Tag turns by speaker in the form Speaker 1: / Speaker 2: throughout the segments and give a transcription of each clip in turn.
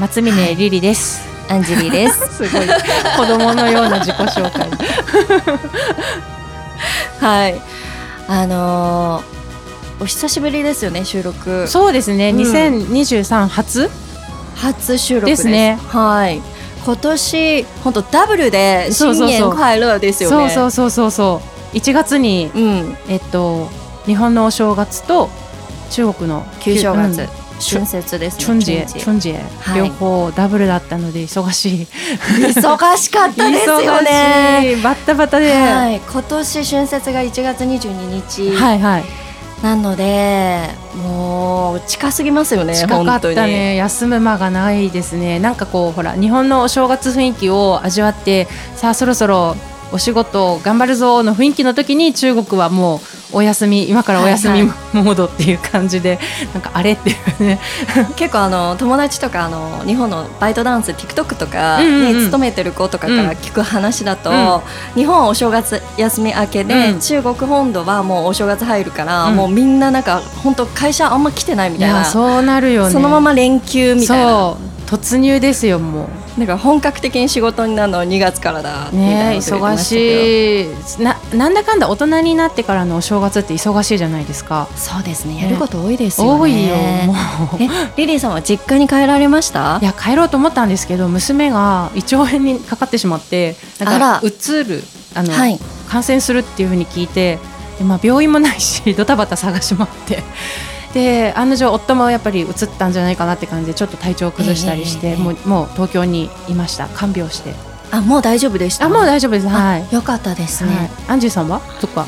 Speaker 1: 松峰リリです
Speaker 2: アンジェリーで す。
Speaker 1: すごい子供のような自己紹介
Speaker 2: はい。あのーお久しぶりですよね、収録。
Speaker 1: そうですね、
Speaker 2: うん
Speaker 1: 2023初
Speaker 2: 初収録です
Speaker 1: ですね
Speaker 2: はい。今年本当ダブルで
Speaker 1: そう
Speaker 2: 新
Speaker 1: そうそう
Speaker 2: 年快楽ですよね。
Speaker 1: そうそうそうそうそう1月に
Speaker 2: うん。
Speaker 1: えっと日本のお正月と中国の
Speaker 2: 旧正月、
Speaker 1: うん
Speaker 2: 春節ですね。
Speaker 1: 春節春
Speaker 2: 春節
Speaker 1: 節
Speaker 2: はい
Speaker 1: 両方ダブルだったので忙しい
Speaker 2: 忙しかったですよね。
Speaker 1: 忙しいバッタバタで、は
Speaker 2: はい、今年春節が1月22
Speaker 1: い、
Speaker 2: 日、
Speaker 1: はいはい
Speaker 2: なのでもう近すぎますよね
Speaker 1: 近かっ
Speaker 2: 本当
Speaker 1: た
Speaker 2: に
Speaker 1: ね休む間がないですねなんかこうほら日本のお正月雰囲気を味わってさあそろそろお仕事頑張るぞの雰囲気の時に中国はもうお休み今からお休み
Speaker 2: はい
Speaker 1: モードっていう感じで、 なんかあれっていうね
Speaker 2: 結構あの友達とかあの日本のバイトダンス TikTok とか、
Speaker 1: うんうんうん
Speaker 2: ね、勤めてる子とかから聞く話だと、
Speaker 1: うん
Speaker 2: 日本はお正月休み明けで、
Speaker 1: うん
Speaker 2: 中国本土はもうお正月入るから、
Speaker 1: うん
Speaker 2: もうみんななんか本当会社あんま来てないみ
Speaker 1: い
Speaker 2: たいな
Speaker 1: やそうなるよね
Speaker 2: そのまま連休みたいな
Speaker 1: そう突入ですよもう
Speaker 2: だから本格的に仕事になるのは2月からだみた
Speaker 1: ね
Speaker 2: いなこと言
Speaker 1: 忙
Speaker 2: ってましたけど
Speaker 1: しいななんだかんだ大人になってからのお正月って忙しいじゃないですか
Speaker 2: そうですねやること多いですよね
Speaker 1: 多いよもう
Speaker 2: えリリーさんは実家に帰られました
Speaker 1: いや帰ろうと思ったんですけど娘が胃腸炎にかかってしまってなん
Speaker 2: あ
Speaker 1: か
Speaker 2: ら
Speaker 1: うつるあの、
Speaker 2: はい
Speaker 1: 感染するっていうふうに聞いてで、まあ、病院もないし ドタバタ探し回ってで案の定夫もやっぱりうつったんじゃないかなって感じでちょっと体調を崩したりして、
Speaker 2: ええええ
Speaker 1: もうもう東京にいました看病して
Speaker 2: あもう大丈夫でした
Speaker 1: あもう大丈夫ですはい、
Speaker 2: よかったですね、
Speaker 1: はい、アンジュさんはとか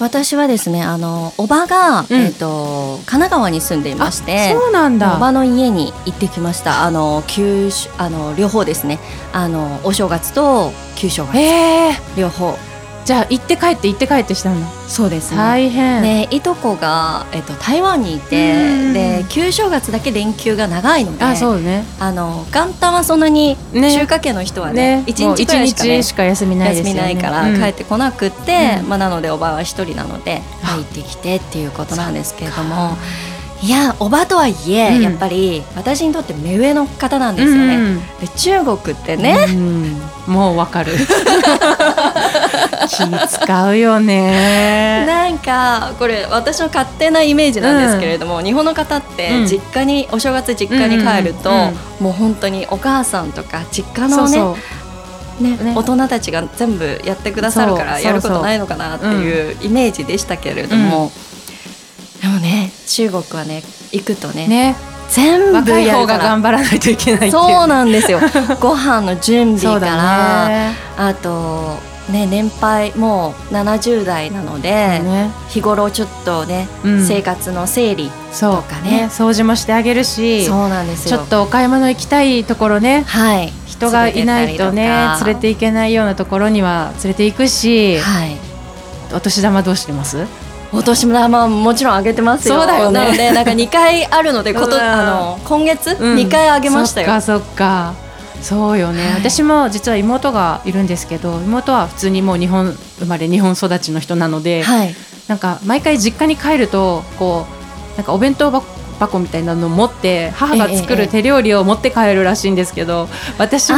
Speaker 2: 私はですねあのおばが、
Speaker 1: うん
Speaker 2: えっ、と神奈川に住んでいまして
Speaker 1: そうなん
Speaker 2: おば
Speaker 1: だ
Speaker 2: の家に行ってきましたあの旧正あの両方ですねあのお正月と旧正
Speaker 1: え
Speaker 2: 月
Speaker 1: え
Speaker 2: 両方
Speaker 1: じゃあ行って帰って行って帰ってしたんだ
Speaker 2: そうですね
Speaker 1: 大変、
Speaker 2: でいとこが、えっと台湾にい
Speaker 1: うん
Speaker 2: てで旧正月だけ連休が長いので
Speaker 1: あそうね
Speaker 2: あの元旦はそんなに、
Speaker 1: ね
Speaker 2: 中華圏の人はね
Speaker 1: ね、
Speaker 2: 一
Speaker 1: もう
Speaker 2: 日くらいしかね
Speaker 1: 一日しか休みないです
Speaker 2: 休
Speaker 1: よね
Speaker 2: みないから
Speaker 1: うん
Speaker 2: 帰ってこなくって、
Speaker 1: うん
Speaker 2: まあ、なのでおばは一人なので
Speaker 1: あ
Speaker 2: 入ってきてっていうことなんですけれどもいやおばとはいえ、
Speaker 1: うん
Speaker 2: やっぱり私にとって目上の方なんですよね、で中国ってね、
Speaker 1: うんもうわかる 気使うよね
Speaker 2: なんかこれ私の勝手なイメージなんですけれども、日本の方っ
Speaker 1: う
Speaker 2: て
Speaker 1: ん
Speaker 2: 実家に、お正月実家に帰ると、
Speaker 1: うんうんうん
Speaker 2: もう本当にお母さんとか実家
Speaker 1: そ
Speaker 2: の
Speaker 1: う
Speaker 2: ね
Speaker 1: そう
Speaker 2: ね
Speaker 1: ね
Speaker 2: 大人たちが全部やってくださるから
Speaker 1: そう
Speaker 2: やることないのかなっていうイメージでしたけれども、でもね中国はね行くとね
Speaker 1: ね
Speaker 2: 全部
Speaker 1: 若い
Speaker 2: や
Speaker 1: 方
Speaker 2: るか
Speaker 1: が
Speaker 2: ら
Speaker 1: 頑張らないといけないっていう
Speaker 2: そうなんです よご飯の準
Speaker 1: そ
Speaker 2: 備
Speaker 1: う
Speaker 2: か
Speaker 1: だ
Speaker 2: ら、
Speaker 1: ね
Speaker 2: あとね年配もう70代なので、
Speaker 1: ね
Speaker 2: 日頃ちょっとね、
Speaker 1: うん
Speaker 2: 生活の整理
Speaker 1: そう
Speaker 2: とかね
Speaker 1: 掃除もしてあげるし
Speaker 2: そうなんです
Speaker 1: ちょ
Speaker 2: よ
Speaker 1: っとお買い物行きたいところね
Speaker 2: はい
Speaker 1: 人がいないとね連れて
Speaker 2: 行
Speaker 1: 行けないようなところには連れて行くし
Speaker 2: はい
Speaker 1: お年玉どうしてます
Speaker 2: お年玉ももちろんあげてますよ。
Speaker 1: そうだよね
Speaker 2: なのでなんか2回あるので、こと
Speaker 1: うん
Speaker 2: あの今月
Speaker 1: うん
Speaker 2: 2回あげましたよ。
Speaker 1: そっかそっかそうよね、
Speaker 2: はい
Speaker 1: 私も実は妹がいるんですけど妹は普通にもう日本生まれ日本育ちの人なので、
Speaker 2: はい。
Speaker 1: なんか毎回実家に帰るとこうなんかお弁当箱箱みたいなのを持って母が作
Speaker 2: ええええ
Speaker 1: る手料理を持って帰るらしいんですけど、私は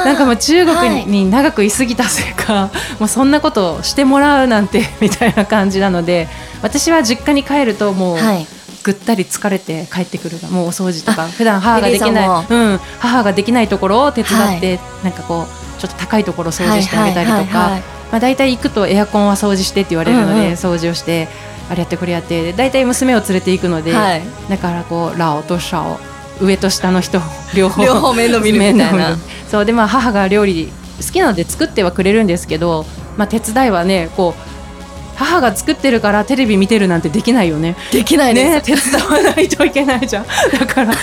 Speaker 2: あー
Speaker 1: なんかもう中
Speaker 2: はい
Speaker 1: 国に長くいすぎたせいか、もうそんなことをしてもらうなんてみたいな感じなので私は実家に帰るともう、
Speaker 2: はい。
Speaker 1: ぐったり疲れて帰ってくるがもうお掃除とか普段母ができ
Speaker 2: リリ
Speaker 1: ない、
Speaker 2: ー
Speaker 1: うん、母ができないところを手伝って、なんかこうちょっと高いところを掃除してあげたり
Speaker 2: はい
Speaker 1: と
Speaker 2: はい
Speaker 1: か
Speaker 2: はいはい
Speaker 1: まあ大体行くとエアコンは掃除してって言われるので、
Speaker 2: うんうん
Speaker 1: 掃除をしてあれやってこれやってで大体娘を連れて行くので、
Speaker 2: はい
Speaker 1: だからこうラオとシャオ上と下の人両方
Speaker 2: 両方面倒見るみたいな
Speaker 1: 面倒見るそうでまあ母が料理好きなので作ってはくれるんですけど、まあ、手伝いはねこう母が作ってるからテレビ見てるなんてできないよね。
Speaker 2: できない
Speaker 1: ね手
Speaker 2: で
Speaker 1: 伝わないといけないじゃんだから
Speaker 2: す。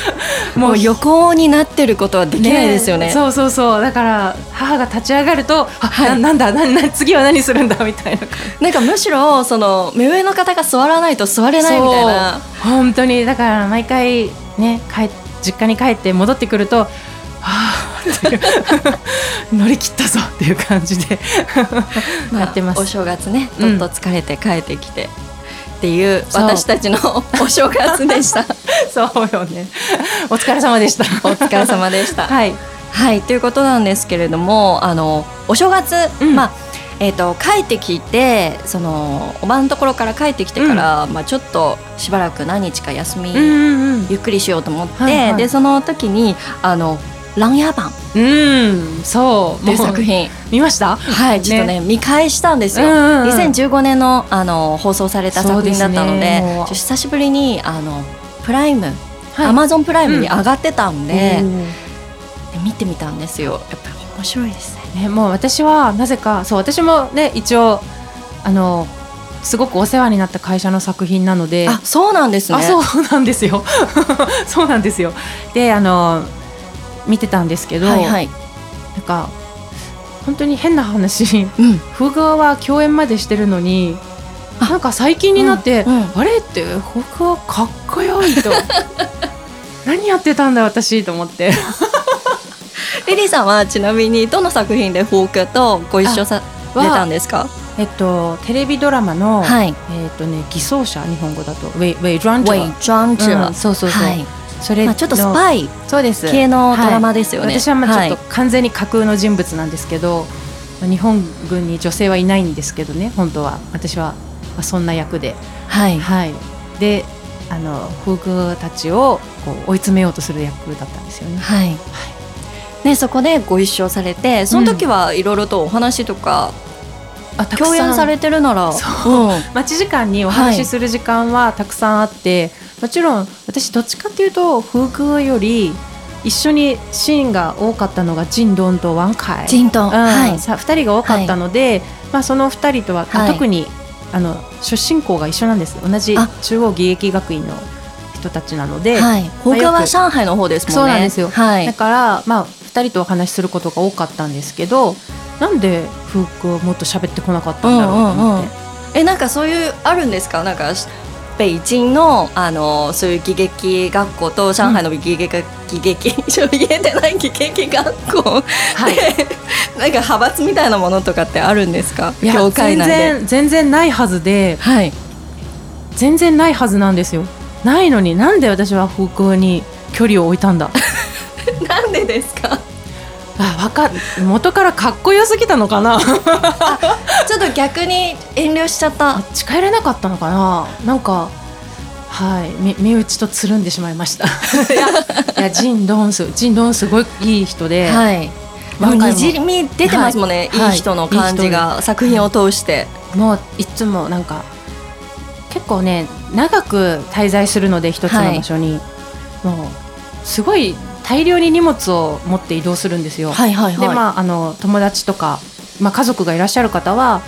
Speaker 2: もう横になってることはできないですよね。
Speaker 1: そうそうそうだから母が立ち上がるとあ、ななんだなな次は何するんだみたいな感じ
Speaker 2: なんかむしろその目上の方が座らないと座れないみたいな。
Speaker 1: そう本当にだから毎回ね帰実家に帰って戻ってくるとあーっていう乗り切ったぞっていう感じで
Speaker 2: まあ
Speaker 1: やってます
Speaker 2: お正月ね、ち
Speaker 1: う
Speaker 2: ょっ
Speaker 1: ん
Speaker 2: と疲れて帰ってきて。っていう
Speaker 1: そう
Speaker 2: 私たちのお正月でした。
Speaker 1: そうよね。お疲れ様でした。
Speaker 2: お疲れ様でした。
Speaker 1: はい。
Speaker 2: はい、ということなんですけれども、あのお正月、
Speaker 1: うん
Speaker 2: まあえっ、と帰ってきて、そのおばのところから帰ってきてから、まあちょっとしばらく何日か休み、
Speaker 1: うん
Speaker 2: ゆっくりしようと思って、
Speaker 1: はいはい
Speaker 2: でその時にあのランヤーバンっ
Speaker 1: うん。うん、そう。
Speaker 2: ていう
Speaker 1: もう
Speaker 2: 作品、
Speaker 1: 見ました？
Speaker 2: はい、ちょっとね見返したんですよ。
Speaker 1: うんうんうん
Speaker 2: 2015年のあの放送された作品だったの
Speaker 1: そう
Speaker 2: で、
Speaker 1: ですね
Speaker 2: ちょっと久しぶりにあのプライム、
Speaker 1: はい
Speaker 2: アマゾンプライムに上がってたんで、
Speaker 1: うん
Speaker 2: 見てみたんですよ。やっぱり面白いですね。
Speaker 1: ね、もう私はなぜかそう私もね一応あのすごくお世話になった会社の作品なので
Speaker 2: あ、そうなんですね。
Speaker 1: あそうなんですよ そうなんですよであの見てたんですけど、
Speaker 2: はいはい。
Speaker 1: なんか本当に変な話
Speaker 2: うん。
Speaker 1: 風川は共演までしてるのに
Speaker 2: あ
Speaker 1: なんか最近になって、
Speaker 2: うんうん
Speaker 1: あれって風川かっこよい と何やってたんだ私と思って
Speaker 2: リリーさんはちなみにどの作品でフォークとご一緒さ
Speaker 1: あは
Speaker 2: れたんですか。
Speaker 1: えっとテレビドラマの、
Speaker 2: はい。
Speaker 1: えっとね偽装者日本語だとウェイウェイドラ
Speaker 2: ウ
Speaker 1: ンチ
Speaker 2: ェイ・ジョン・チュ
Speaker 1: うん
Speaker 2: は
Speaker 1: そうそうそう
Speaker 2: はい。
Speaker 1: それ
Speaker 2: まあちょっとスパイ
Speaker 1: イそうです
Speaker 2: 系のドラマですよね。
Speaker 1: 私はまあちょっ
Speaker 2: は
Speaker 1: と完全に架空の人物なんですけど、まあ日本軍に女性はいないんですけどね本当は私はまあそんな役で、
Speaker 2: いはい。
Speaker 1: はい、であの夫婦たちをこう追い詰めようとする役だったんですよね。
Speaker 2: はい。ね、そこでご一緒されて、その時はいろいろとお話とか、
Speaker 1: あたくさん
Speaker 2: 共演されてるなら、
Speaker 1: そう
Speaker 2: うん
Speaker 1: 待ち時間にお話しする時間はたくさんあって、もちろん私どっちかっていうと夫婦より一緒にシーンが多かったのが「ジンドン」と「ワンカイ」
Speaker 2: ジント
Speaker 1: う
Speaker 2: ン、
Speaker 1: ん
Speaker 2: はい。
Speaker 1: さ2人が多かったので、まあ、その2人とは、あ
Speaker 2: はい
Speaker 1: 特にあの出身校が一緒なんです同じ
Speaker 2: あ
Speaker 1: 中央義劇学院の人たちなので、
Speaker 2: はい。フォークは上海の方ですもんね。
Speaker 1: そうなんですよ
Speaker 2: はい
Speaker 1: だ。から、まあ、2人とお話しすることが多かったんですけどなんでフークをもっと喋ってこなかったんだろうと思って。
Speaker 2: うんうんえなんかそういうあるんですかなんかし北京のあのそういう喜劇学校と上海の喜劇学、喜劇 言えてない喜劇学校
Speaker 1: はい
Speaker 2: でなんか派閥みたいなものとかってあるんですか
Speaker 1: いや
Speaker 2: 業界
Speaker 1: 全
Speaker 2: 内で
Speaker 1: 然全然ないはずで
Speaker 2: はい
Speaker 1: 全然ないはずなんですよないのになんで私はフークに距離を置いたんだ
Speaker 2: なんでですか
Speaker 1: あわか元からかっこよすぎたのかな
Speaker 2: ちょっと逆に遠慮しちゃった
Speaker 1: 近寄れなかったのかななんかはいみ身内とつるんでしまいました いやいやジンドンスジンドンすごいいい人で、
Speaker 2: はいもう
Speaker 1: 何回
Speaker 2: に
Speaker 1: も
Speaker 2: じみ出てますもんね、
Speaker 1: はい
Speaker 2: い、い人の感じが、作品を通して、
Speaker 1: もういつもなんか結構ね長く滞在するので一つの場所に、もうすごい大量に荷物を持って移動するんですよ、
Speaker 2: いは
Speaker 1: でまああの友達とか、まあ、家族がいらっしゃる方は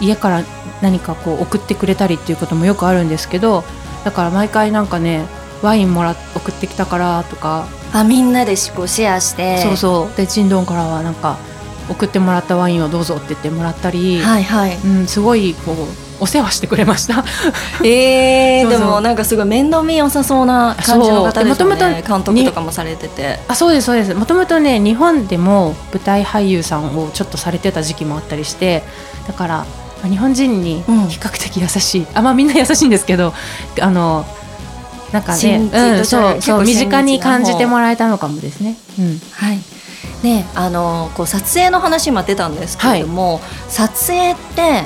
Speaker 1: 家から何かこう送ってくれたりっていうこともよくあるんですけどだから毎回なんかねワインもらっ送ってきたからとか、
Speaker 2: あみんなでこうシェアして
Speaker 1: そうそうでチンドンからはなんか送ってもらったワインをどうぞって言ってもらったり、
Speaker 2: はいはい
Speaker 1: うん、すごいこうお世話してくれました。
Speaker 2: えー、
Speaker 1: そうそう
Speaker 2: でもなんかすごい面倒見良さそうな感じの方ですよ
Speaker 1: そうで
Speaker 2: ね
Speaker 1: 元々
Speaker 2: 監督とかもされてて
Speaker 1: あそうですそうですもともとね日本でも舞台俳優さんをちょっとされてた時期もあったりしてだからまあ日本人に
Speaker 2: うん
Speaker 1: 比較的優しい、あまあみんな優しいんですけどあのなんかね、
Speaker 2: 親日と
Speaker 1: うん、
Speaker 2: じゃあ
Speaker 1: そうそう身
Speaker 2: 結
Speaker 1: 近
Speaker 2: 構親日な方
Speaker 1: に感じてもらえたのかもですね、うん、
Speaker 2: はいねあのこう撮影の話今出たんですけれども、撮影って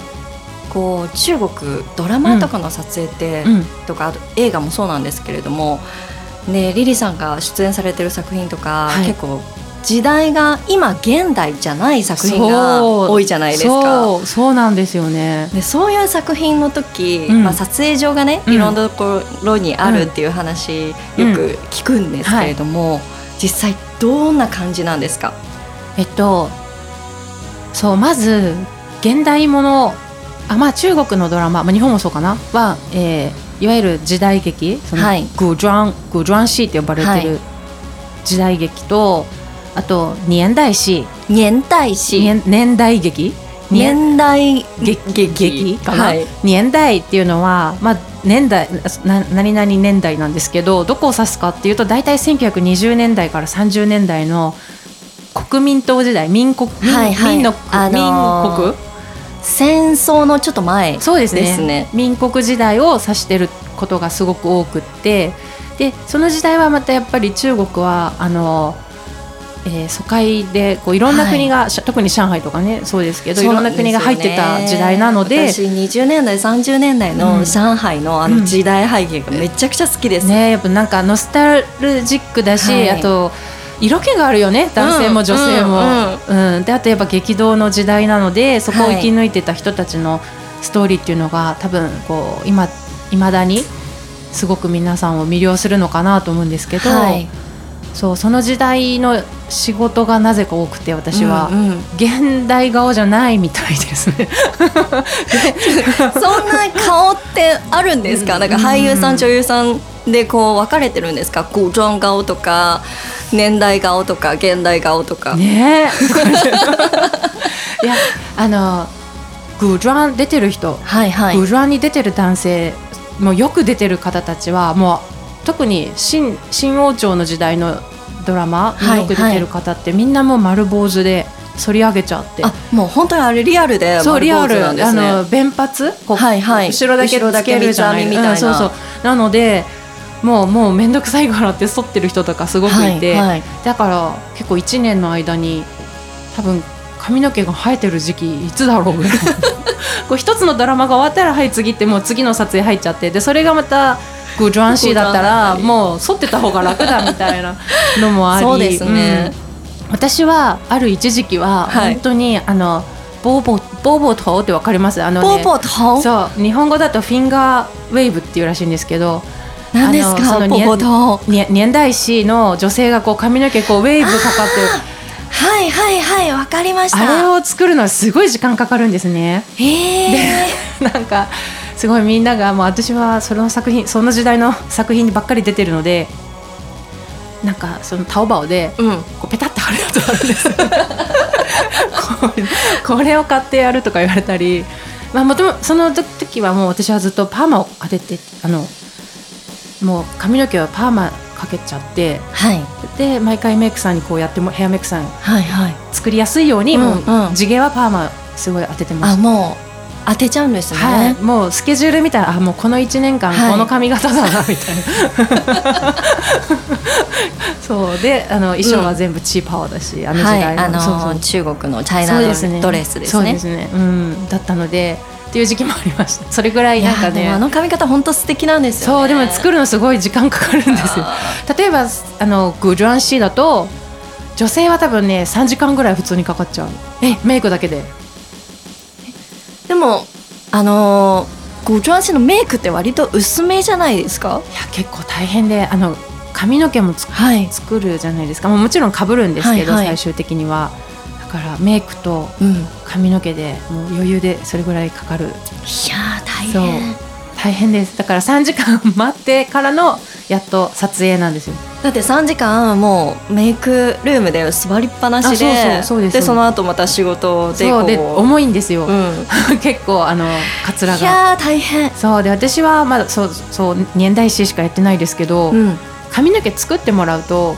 Speaker 2: こう中国ドラマとかの撮影って、
Speaker 1: うん
Speaker 2: とかあと映画もそうなんですけれどもねリリさんが出演されてる作品とか、
Speaker 1: はい
Speaker 2: 結構時代が今現代じゃない作品が
Speaker 1: そう
Speaker 2: 多いじゃないですか。
Speaker 1: そうそうなんですよね
Speaker 2: でそういう作品の時、
Speaker 1: うん
Speaker 2: まあ、撮影場がね、
Speaker 1: うん
Speaker 2: いろんなところにあるっていう話、
Speaker 1: うん
Speaker 2: よく聞くんですけれども、実際どんな感じなんですか、
Speaker 1: えっとそうまず現代ものあまあ中国のドラマ、まあ、日本もそうかなは、えーいわゆる時代劇その、
Speaker 2: はい
Speaker 1: グジャングジャンシーって呼ばれて
Speaker 2: は
Speaker 1: る時代劇と、あと年代史
Speaker 2: 年代史
Speaker 1: 年年代劇年
Speaker 2: 年代
Speaker 1: 劇劇かな、
Speaker 2: はい
Speaker 1: 年代っていうのは、まあ、年代な何々年代なんですけどどこを指すかっていうと大体1920年代から30年代の国民党時代民国民,、
Speaker 2: はいはい
Speaker 1: 民の
Speaker 2: あのー
Speaker 1: 民国
Speaker 2: 戦争のちょっと前
Speaker 1: そうですね
Speaker 2: ですね
Speaker 1: 民国時代を指してることがすごく多くってでその時代はまたやっぱり中国はあの、えー疎開でこういろんな国が、しゃ特に上海とかねそうですけどいろんな国が入ってた時代なので
Speaker 2: そうなんですよね私20年代30年代
Speaker 1: う
Speaker 2: の
Speaker 1: ん
Speaker 2: 上海のあ
Speaker 1: う
Speaker 2: の
Speaker 1: ん
Speaker 2: 時代背景がめちゃくちゃ好きです、
Speaker 1: ねやっぱなんかノスタルジックだし、
Speaker 2: はい
Speaker 1: あと色気があるよね男性も女性も、うんであとやっぱ激動の時代なのでそこを生き抜いてた人たちのストーリーっていうのが多分こう今いまだにすごく皆さんを魅了するのかなと思うんですけど、
Speaker 2: はい
Speaker 1: そうその時代の仕事がなぜか多くて私は、
Speaker 2: うんうん
Speaker 1: 現代顔じゃないみたいです ね。
Speaker 2: そんな顔ってあるんですかなんか俳優さん女優さんでこう分かれてるんですか古装顔とか年代顔とか現代顔とか、
Speaker 1: ね えいやあのグジャン出てる人
Speaker 2: はいはい
Speaker 1: グルアンに出てる男性もうよく出てる方たちはもう特に新新王朝の時代のドラマに
Speaker 2: はい
Speaker 1: よく出てる方って、みんなもう丸坊主で反り上げちゃって
Speaker 2: あもう本当にあれリアルで
Speaker 1: そうリアル、
Speaker 2: なんで
Speaker 1: あ
Speaker 2: すね
Speaker 1: の弁髪こう
Speaker 2: はいはい
Speaker 1: 後ろだけ
Speaker 2: 後ろだ
Speaker 1: つ
Speaker 2: け
Speaker 1: けるじゃない
Speaker 2: 三つ編みみたいな
Speaker 1: うんそうそうなのでもうもう面倒くさいからって剃ってる人とかすごくいて、
Speaker 2: はいはい
Speaker 1: だから結構1年の間に多分髪の毛が生えてる時期いつだろ うぐらいこう一つのドラマが終わったらはい次ってもう次の撮影入っちゃってでそれがまたグジュアンシーだったらもう剃ってた方が楽だみたいなのもあり
Speaker 2: そうですね
Speaker 1: うん私はある一時期は
Speaker 2: はい
Speaker 1: 本当に、あのボーボーボーボートってわかりますあの、ね、
Speaker 2: ポーポートン
Speaker 1: そう日本語だとフィンガーウェーブっていうらしいんですけど
Speaker 2: 何です
Speaker 1: あの
Speaker 2: か
Speaker 1: その
Speaker 2: ポーポートン
Speaker 1: に年代史の女性がこう髪の毛こうウェーブかかってる
Speaker 2: はいはいはいわかりました
Speaker 1: あれを作るのはすごい時間かかるんですね。
Speaker 2: へえ
Speaker 1: なんかすごいみんながもう私はその作品その時代の作品にばっかり出てるのでなんかそのタオバオで
Speaker 2: うん
Speaker 1: こうペタッて貼るやつあるんです よ これこれを買ってやるとか言われたり、まあ、もともその時はもう私はずっとパーマを当ててあのもう髪の毛はパーマかけちゃって
Speaker 2: はい
Speaker 1: で毎回メイクさんにこうやってもヘアメイクさん
Speaker 2: はいはい
Speaker 1: 作りやすいように、もう
Speaker 2: うんうん
Speaker 1: 地毛はパーマすごい当ててま
Speaker 2: あ
Speaker 1: した。
Speaker 2: もう当てちゃうんですね、
Speaker 1: はい、もうスケジュール見たらあもうこの1年間
Speaker 2: はい
Speaker 1: この髪型だなみたいな、 そうであの衣装は全部チーパワーだし、あの時
Speaker 2: はい
Speaker 1: 代の、
Speaker 2: あの
Speaker 1: そうそう
Speaker 2: 中国のチャイ
Speaker 1: そ
Speaker 2: ナ
Speaker 1: う
Speaker 2: の
Speaker 1: ですね
Speaker 2: ドレスです
Speaker 1: そう
Speaker 2: ね。
Speaker 1: ですね、うん、だったのでっていう時期もありましたそれぐらい
Speaker 2: い
Speaker 1: な
Speaker 2: や
Speaker 1: んか
Speaker 2: でも
Speaker 1: ね
Speaker 2: あの髪型本当素敵なんです
Speaker 1: そ
Speaker 2: よ
Speaker 1: う
Speaker 2: ね。
Speaker 1: でも作るのすごい時間かかるんですよ例えばあのグジュアンシーだと女性は多分ね3時間ぐらい普通にかかっちゃうえメイクだけで
Speaker 2: でもあのー、ご調子のメイクって割と薄めじゃないですか。
Speaker 1: いや結構大変であの髪の毛もつ
Speaker 2: はい。
Speaker 1: 作るじゃないですかもうもちろんかぶるんですけど、
Speaker 2: はいはい
Speaker 1: 最終的にはだからメイクと
Speaker 2: うん。いや
Speaker 1: 髪の毛でもう余裕でそれぐらいかかる
Speaker 2: ー大
Speaker 1: そう
Speaker 2: 変。
Speaker 1: 大変ですだから3時間待ってからのやっと撮影なんですよ
Speaker 2: だって3時間もうメイクルームで座りっぱなしで
Speaker 1: あそうそうそうですそう
Speaker 2: で
Speaker 1: です
Speaker 2: その後また仕事で
Speaker 1: そ
Speaker 2: こ
Speaker 1: う
Speaker 2: う
Speaker 1: で重いんですよ、
Speaker 2: うん、
Speaker 1: 結構あのカツラ
Speaker 2: い
Speaker 1: が
Speaker 2: やー大変、
Speaker 1: そうで私はまだそうそう年代史しかやってないですけど、
Speaker 2: うん、
Speaker 1: 髪の毛作ってもらうと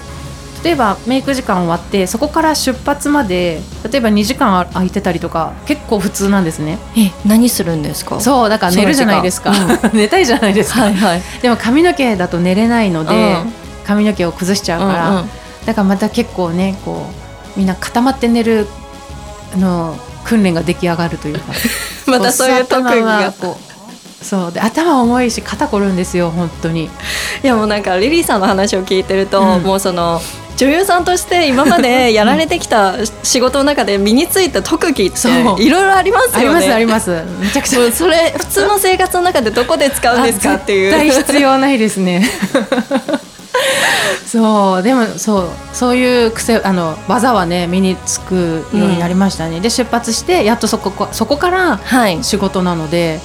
Speaker 1: 例えばメイク時間終わってそこから出発まで例えば2時間あ空いてたりとか結構普通なんですね
Speaker 2: え何するんですか
Speaker 1: そうだから寝るじゃないですか、
Speaker 2: その
Speaker 1: 寝たいじゃないですか、
Speaker 2: はいはい
Speaker 1: でも髪の毛だと寝れないので、
Speaker 2: うん
Speaker 1: 髪の毛を崩しちゃうから、
Speaker 2: うんうん
Speaker 1: だからまた結構ねこうみんな固まって寝るあの訓練が出来上がるという か
Speaker 2: またそういう特技が
Speaker 1: こう座ったままこうそうで頭重いし肩こるんですよ本当に
Speaker 2: いやもうなんかリリーさんの話を聞いてると、
Speaker 1: うん
Speaker 2: もうその女優さんとして今 までやられてきた仕事の中で身についた特技って
Speaker 1: そう
Speaker 2: いろいろあります
Speaker 1: あり
Speaker 2: よ
Speaker 1: ますあ
Speaker 2: ね。
Speaker 1: りますめちゃくちゃ
Speaker 2: もうそれ普通の生活の中でどこで使うんですかっていう。
Speaker 1: あ絶対必要ないですね そうでもそうそういう癖あの技はね身につくようになりましたね、で出発してやっとそこかそこから
Speaker 2: はい。
Speaker 1: 仕事なので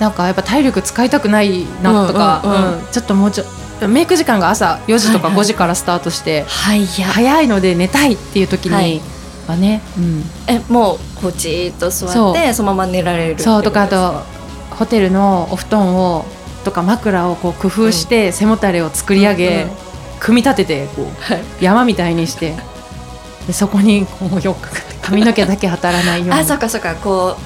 Speaker 1: なんかやっぱ体力使いたくないなとか、
Speaker 2: うんうんうん
Speaker 1: ちょっともうちょメイク時間が朝4時とか
Speaker 2: はいは
Speaker 1: 5
Speaker 2: い
Speaker 1: 時からスタートして、
Speaker 2: はいや。
Speaker 1: 早いので寝たいっていう時
Speaker 2: はい
Speaker 1: にはね、うん
Speaker 2: えもうこうじーっと座
Speaker 1: そ
Speaker 2: ってそのまま寝られるって
Speaker 1: そう
Speaker 2: ことで
Speaker 1: か
Speaker 2: す
Speaker 1: あとホテルのお布団をとか枕をこう工夫して、背もたれを作り上げ、
Speaker 2: うんうん
Speaker 1: 組み立ててこ
Speaker 2: はいう
Speaker 1: 山みたいにしてでそこにこうよく髪の毛だけ当たらないように
Speaker 2: あそうかそうかこ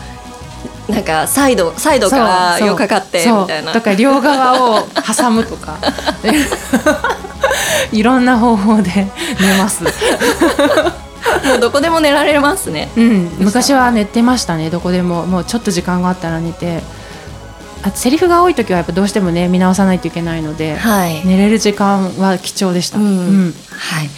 Speaker 2: うなんかサイドサイドから
Speaker 1: そう
Speaker 2: よかかって
Speaker 1: そう
Speaker 2: みたいな
Speaker 1: そうとか両側を挟むと かいろんな方法で寝 ます、
Speaker 2: もうどこでも寝られますね
Speaker 1: うん、昔は寝てましたねどこでももうちょっと時間があったら寝てあセリフが多い時はやっぱどうしてもね見直さないといけないので、
Speaker 2: はい、
Speaker 1: 寝れる時間は貴重でした、
Speaker 2: うん
Speaker 1: うん
Speaker 2: はい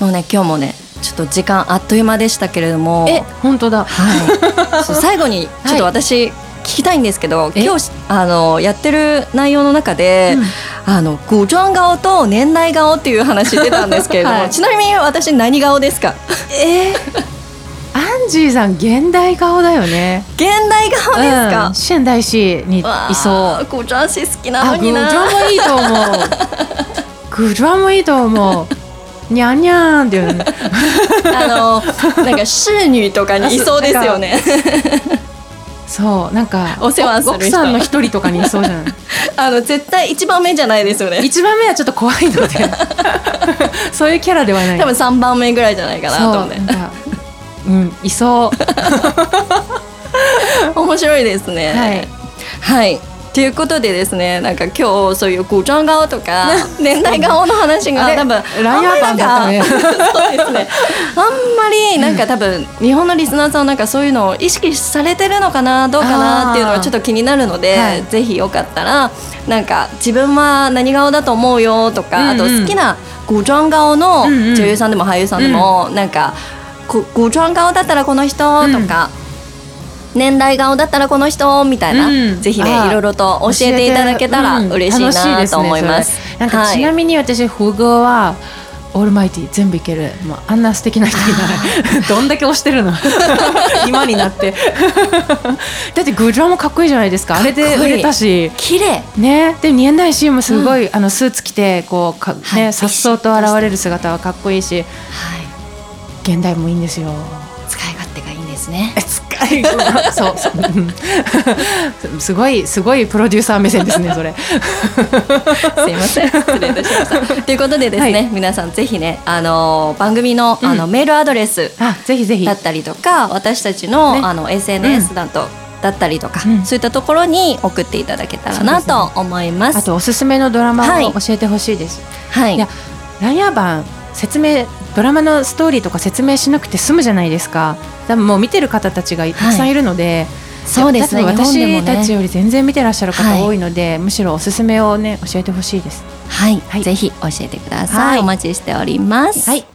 Speaker 2: もうね今日もねちょっと時間あっという間でしたけれども
Speaker 1: え本当だ
Speaker 2: はい、そう最後にちょっと私聞きたいんですけど、
Speaker 1: え
Speaker 2: 今日あのやってる内容の中で、あの五条顔と年代顔っていう話出たんですけれど も、
Speaker 1: はい
Speaker 2: ちなみに私何顔です か
Speaker 1: えアンジーさん現代顔だよね
Speaker 2: 現代顔ですか、
Speaker 1: うん、現代史にい
Speaker 2: わあ
Speaker 1: そう
Speaker 2: 五条氏好きな
Speaker 1: あ
Speaker 2: の
Speaker 1: グジ
Speaker 2: に
Speaker 1: ョ
Speaker 2: な
Speaker 1: ンもいい と思うグジョンもいいと思うにゃんにゃんっていうね
Speaker 2: あのなんか侍女とかにいそうですよね
Speaker 1: そうなんか
Speaker 2: お世話する人
Speaker 1: 奥さんの一人とかにいそうじゃない
Speaker 2: あの絶対一番目じゃないですよね
Speaker 1: 一番目はちょっと怖いのでそういうキャラではない
Speaker 2: 多分三番目ぐらいじゃないかなと思
Speaker 1: そう
Speaker 2: っ
Speaker 1: なんかうんいそう
Speaker 2: て面白いですね
Speaker 1: はい
Speaker 2: はい。ということでですね、なんか今日そういう古装顔と か年代顔の話が
Speaker 1: ね
Speaker 2: 多分
Speaker 1: ラインアップ
Speaker 2: あんまりなんかそうですね。あんまりなんか多分日本のリスナーさんはなんかそういうのを意識されてるのかなどうかなっていうのはちょっと気になるので、
Speaker 1: はい
Speaker 2: ぜひよかったらなんか自分は何顔だと思うよとか、
Speaker 1: うんうん
Speaker 2: あと好きな古装顔の
Speaker 1: うんうん
Speaker 2: 女優さんでも俳優さんでも、なんかこ古装顔だったらこの人とか。年代顔だったらこの人みたいな、
Speaker 1: うん
Speaker 2: ぜひ
Speaker 1: あ
Speaker 2: ね
Speaker 1: ー
Speaker 2: いろいろと教えていただけたら
Speaker 1: うん
Speaker 2: 嬉しい
Speaker 1: 楽で
Speaker 2: なと思います
Speaker 1: ね。それなんかちな
Speaker 2: はい
Speaker 1: みに私フグはオールマイティ全部いけるもうあんな素敵な人いない どんだけ押してるの今になって だってグジョンもかっこいいじゃないですかあれ
Speaker 2: かっ
Speaker 1: で
Speaker 2: こいい
Speaker 1: 売れたし
Speaker 2: 綺麗
Speaker 1: ね、で見えないシーンもすごい、あのスーツ着てこうか、
Speaker 2: はい
Speaker 1: ね、さっそうと現れる姿はかっこいいし
Speaker 2: はい
Speaker 1: 現代もいいんですよ。
Speaker 2: 使い勝手がいいんですね。
Speaker 1: そうそううん すごいすごいプロデューサー目線ですねそれ。
Speaker 2: すいません失礼いたしました。ということでですね、
Speaker 1: はい
Speaker 2: 皆さんぜひねあの番組のあの、メールアドレス
Speaker 1: あぜひぜひ
Speaker 2: だったりとか私たちの,、
Speaker 1: ね
Speaker 2: あの SNS だと、だったりとか、
Speaker 1: うん
Speaker 2: そういったところに送っていただけたらなと思います。
Speaker 1: あとおすすめのドラマ
Speaker 2: はい
Speaker 1: を教えてほしいです。
Speaker 2: はい
Speaker 1: い、やランヤーバン説明ドラマのストーリーとか説明しなくて済むじゃないですか多分もう見てる方たちがたくさんいるので、
Speaker 2: そうですね
Speaker 1: 多分
Speaker 2: 日本でもね
Speaker 1: 私たちより全然見てらっしゃる
Speaker 2: はい
Speaker 1: 方多いので、むしろおすすめをね教えてほしいです
Speaker 2: はい、
Speaker 1: はい
Speaker 2: ぜひ教えてください。
Speaker 1: はい
Speaker 2: お待ちしております。
Speaker 1: はい